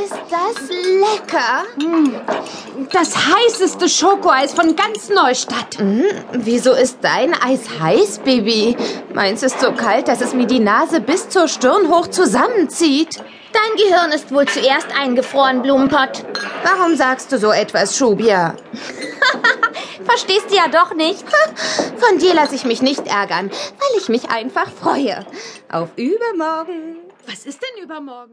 ist das lecker. Hm. Das heißeste Schokoeis von ganz Neustadt. Mhm. Wieso ist dein Eis heiß, Baby? Meins ist so kalt, dass es mir die Nase bis zur Stirn hoch zusammenzieht. Dein Gehirn ist wohl zuerst eingefroren, Blumenpott. Warum sagst du so etwas, Schubia? Verstehst du ja doch nicht. Von dir lasse ich mich nicht ärgern, weil ich mich einfach freue. Auf übermorgen. Was ist denn übermorgen?